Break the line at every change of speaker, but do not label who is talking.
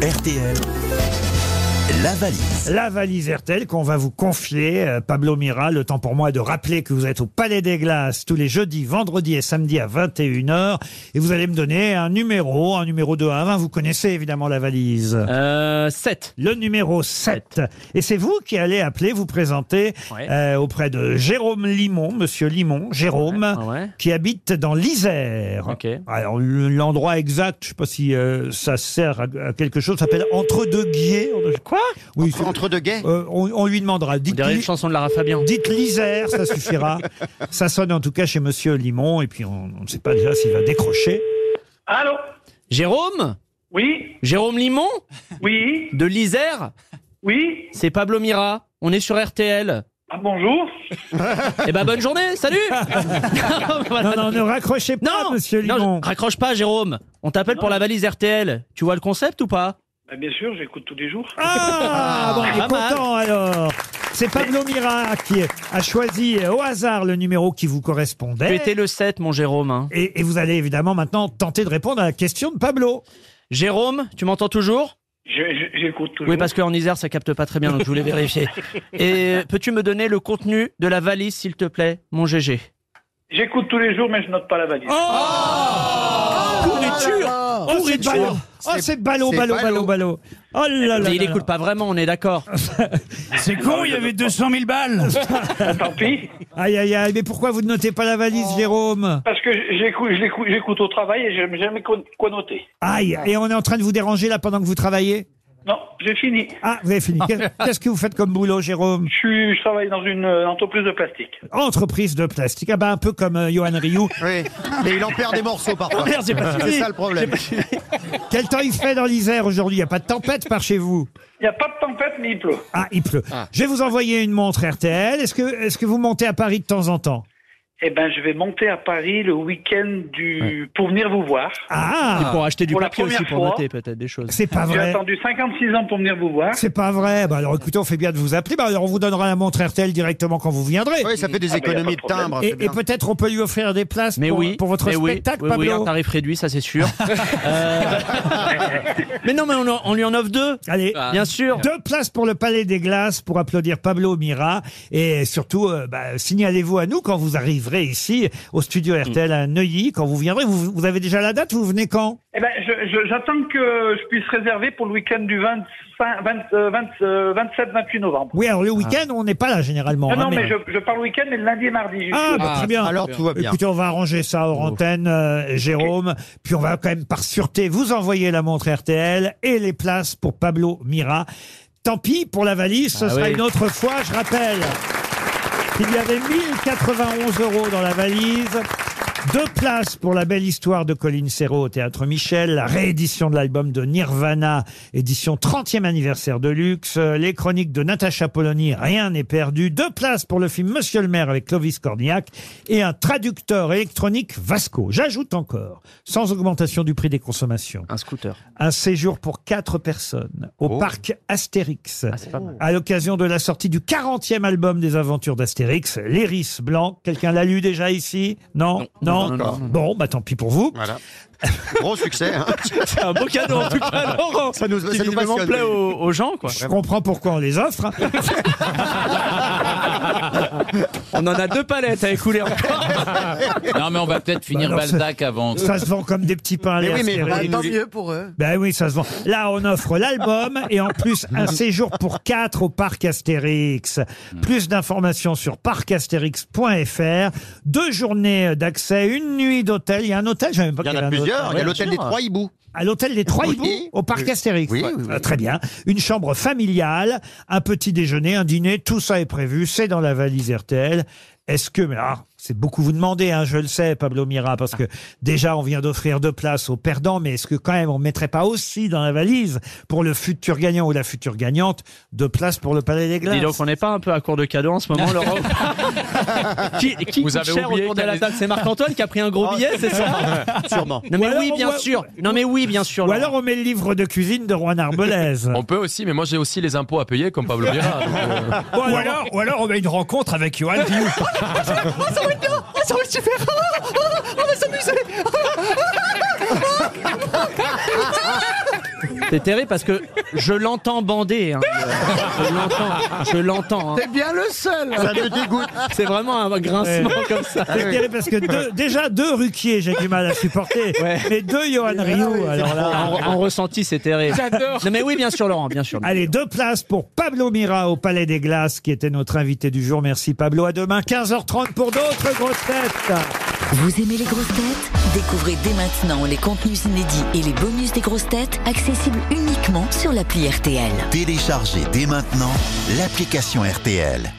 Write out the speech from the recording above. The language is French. RTL, la valise.
La valise RTL qu'on va vous confier, euh, Pablo Mira, le temps pour moi de rappeler que vous êtes au Palais des Glaces tous les jeudis, vendredis et samedis à 21h et vous allez me donner un numéro, un numéro de 1 à 20, vous connaissez évidemment la valise.
Euh, 7.
Le numéro 7. Et c'est vous qui allez appeler, vous présenter
Ouais.
euh, auprès de Jérôme Limon, monsieur Limon, Jérôme,
Ouais, ouais.
qui habite dans l'Isère.
Ok.
Alors le- l'endroit exact, je ne sais pas si euh, ça sert à, à quelque chose, s'appelle Entre deux guiers. Quoi Oui, c'est-
Entre deux gays
euh, on, on lui demandera.
On
Dites,
dirait une chanson de Lara Fabian.
dites l'Isère, ça suffira. ça sonne en tout cas chez Monsieur Limon, et puis on on ne sait pas déjà s'il va décrocher.
Allô
Jérôme
Oui
Jérôme Limon
Oui
De l'Isère
Oui
C'est Pablo Mira. On est sur RTL.
ah, Bonjour
Eh ben, bonne journée. Salut Non,
Non,
voilà.
non, ne raccrochez pas,
Non,
Ah, Monsieur
non,
Limon.
je- raccroche pas, Jérôme. On t'appelle pour la valise RTL. Tu vois le concept ou pas
Bah, Bien sûr, j'écoute tous les jours.
Ah, bon, il est
pas mal.
content alors. C'est Pablo Mira qui a choisi euh, au hasard le numéro qui vous
Tu
correspondait.
étais le 7, mon Jérôme. hein.
Et, et vous allez évidemment maintenant tenter de répondre à la question de Pablo.
Jérôme, tu m'entends toujours
Je- je- J'écoute toujours.
Oui, parce qu'en Isère, ça capte pas très bien, donc je voulais vérifier. Et euh, peux-tu me donner le contenu de la valise, s'il te plaît, mon GG
J'écoute tous les jours, mais je note pas la valise.
Oh
Oh, c'est ballot. Oh, c'est ballot,
c'est
ballot, ballot,
ballot.
ballot. Oh là là.
Mais
là
il
Ah,
écoute
là.
pas vraiment, on est d'accord.
C'est con, il y avait 200 000 balles
Tant pis,
Aïe, aïe, aïe. Mais pourquoi vous ne notez pas la valise,
Oh.
Jérôme
parce que j'écoute, je l'écoute- j'écoute au travail et j'aime jamais quoi quoi noter.
Aïe. Et on est en train de vous déranger là pendant que vous travaillez
Non, j'ai fini.
Ah, vous avez fini. Qu'est- Qu'est-ce que vous faites comme boulot, Jérôme
Je, suis- je travaille dans une euh, entreprise de plastique.
Entreprise de plastique. Ah bah un peu comme euh, Johan Rioux.
Oui. Mais il en perd des morceaux parfois.
Ah,
C'est ça le problème.
Quel temps il fait dans l'Isère aujourd'hui Il n'y a pas de tempête par chez vous
Il n'y a pas de tempête ni il pleut.
Ah, il pleut. Je vais vous envoyer une montre RTL. Est-ce que, est-ce que vous montez à Paris de temps en temps
Eh ben, je vais monter à Paris le week-end du pour venir vous voir.
Ah
Pour acheter du
Pour la
papier aussi,
première
pour
fois.
noter peut-être des choses.
C'est pas
J'ai
vrai.
attendu 56 ans pour venir vous voir.
C'est pas vrai. Bah alors écoutez, on fait bien de vous appeler. Bah alors on vous donnera la montre RTL directement quand vous viendrez.
Oui, ça fait des
Ah, bah, y a pas
économies de
de problème.
timbre.
Et,
c'est
et
bien.
peut-être on peut lui offrir des places
Oh, Mais
pour,
oui,
pour votre
mais oui,
spectacle,
oui, oui,
Pablo.
un tarif réduit, ça c'est sûr. Euh, Mais non, mais on, en- on lui en offre deux,
Allez,
bien sûr.
deux places pour le Palais des Glaces pour applaudir Pablo Mira. Et surtout, euh, bah, signalez-vous à nous quand vous arriverez ici au studio RTL à Neuilly. Quand vous viendrez, vous, vous avez déjà la date Vous venez quand
Eh ben, je- je- j'attends que je puisse réserver pour le week-end du 25, 20, euh, 20, euh, 27, 28 novembre.
Oui, alors le week-end, on n'est pas là généralement.
Ah Non,
hein,
non, mais
mais-
je, je pars le week-end, mais le lundi et mardi. je-
Ah, bah, très bien.
Alors tout va bien.
Écoutez, on va arranger ça hors antenne, euh, Jérôme. Puis on va quand même, par sûreté, vous envoyer la montre RTL et les places pour Pablo Mira. Tant pis pour la valise, ce
Ah
sera
oui.
une autre fois, je rappelle. qu'il y avait 1091 euros dans la valise. Deux places pour la belle histoire de Colin Serrault au Théâtre Michel, la réédition de l'album de Nirvana, édition 30e anniversaire de luxe, euh, les chroniques de Natacha Polony, Rien n'est perdu, deux places pour le film Monsieur le maire avec Clovis Cornillac et un traducteur électronique Vasco. J'ajoute encore, sans augmentation du prix des consommations,
Un scooter.
un séjour pour quatre personnes au
Oh.
parc Astérix
Ah, c'est pas mal.
à l'occasion de la sortie du 40e album des aventures d'Astérix, L'Héris Blanc. Quelqu'un l'a lu déjà ici Non
non, non, non, non.
Bon, bah tant pis pour vous.
Voilà. Gros succès. hein.
C'est un beau cadeau en tout cas, Laurent.
Ça nous-
qui
ça nous
visiblement
passionne.
plaît aux, aux gens, quoi.
Je comprends pourquoi on les offre. hein.
On en a deux palettes à écouler encore.
Non, mais on va peut-être finir
Bah non, c'est-
Balzac avant.
Ça se vend comme des petits pains. les
Mais oui, mais
Astérix.
il nous-
Ben oui, ça se vend. Là, on offre l'album et en plus un séjour pour quatre au parc Astérix.
Hmm.
Plus d'informations sur parcastérix.fr. Deux journées d'accès, une nuit d'hôtel. Il y a un hôtel, je même pas
il y en
qu'il
a
un
plusieurs.
hôtel.
Il y a l'hôtel des Trois Hiboux.
À l'hôtel des Trois
Oui.
Hiboux, au parc
Oui.
Astérix.
Oui, oui, oui.
Ah, très bien. Une chambre familiale, un petit déjeuner, un dîner, tout ça est prévu. C'est dans la valise RTL. Est-ce que, mais ah, c'est beaucoup vous demander, hein, je le sais, Pablo Mira, parce que déjà on vient d'offrir deux places aux perdants, mais est-ce que quand même on mettrait pas aussi dans la valise pour le futur gagnant ou la future gagnante deux places pour le Palais des Glaces
Dis donc, on n'est pas un peu à court de cadeau en ce moment, Laurent Qui, qui
Vous
coûte
avez
cher
oublié
autour de la
qu'elle-
table C'est Marc-Antoine qui a pris un gros billet, c'est ça
Sûrement.
Non mais
Ah. alors
oui,
on
bien
voit-
sûr. Non mais oui, bien sûr.
Ou
Laurent.
alors on met le livre de cuisine de Juan Arbelez.
On peut aussi, mais moi j'ai aussi les impôts à payer comme Pablo Vieira. donc, euh,
ou, alors, ou alors on met une rencontre avec Johan Rioux.
C'est terrible parce que je l'entends bander. hein. Je l'entends. Je l'entends. hein.
T'es bien le
Ah,
seul.
Ça me dégoûte.
C'est vraiment un grincement comme ça.
C'est terrible parce que deux- déjà deux Ruquier, j'ai du mal à supporter. Mais deux Johan Rioux, alors là.
En, en ressenti, c'est terrible.
J'adore.
Non mais oui, bien sûr, Laurent, bien sûr.
Allez, deux places pour Pablo Mira au Palais des Glaces, qui était notre invité du jour. Merci Pablo. À demain, 15h30 pour d'autres grosses têtes.
Vous aimez les grosses têtes Découvrez dès maintenant les contenus inédits et les bonus des grosses têtes accessibles uniquement sur l'appli RTL.
Téléchargez dès maintenant l'application RTL.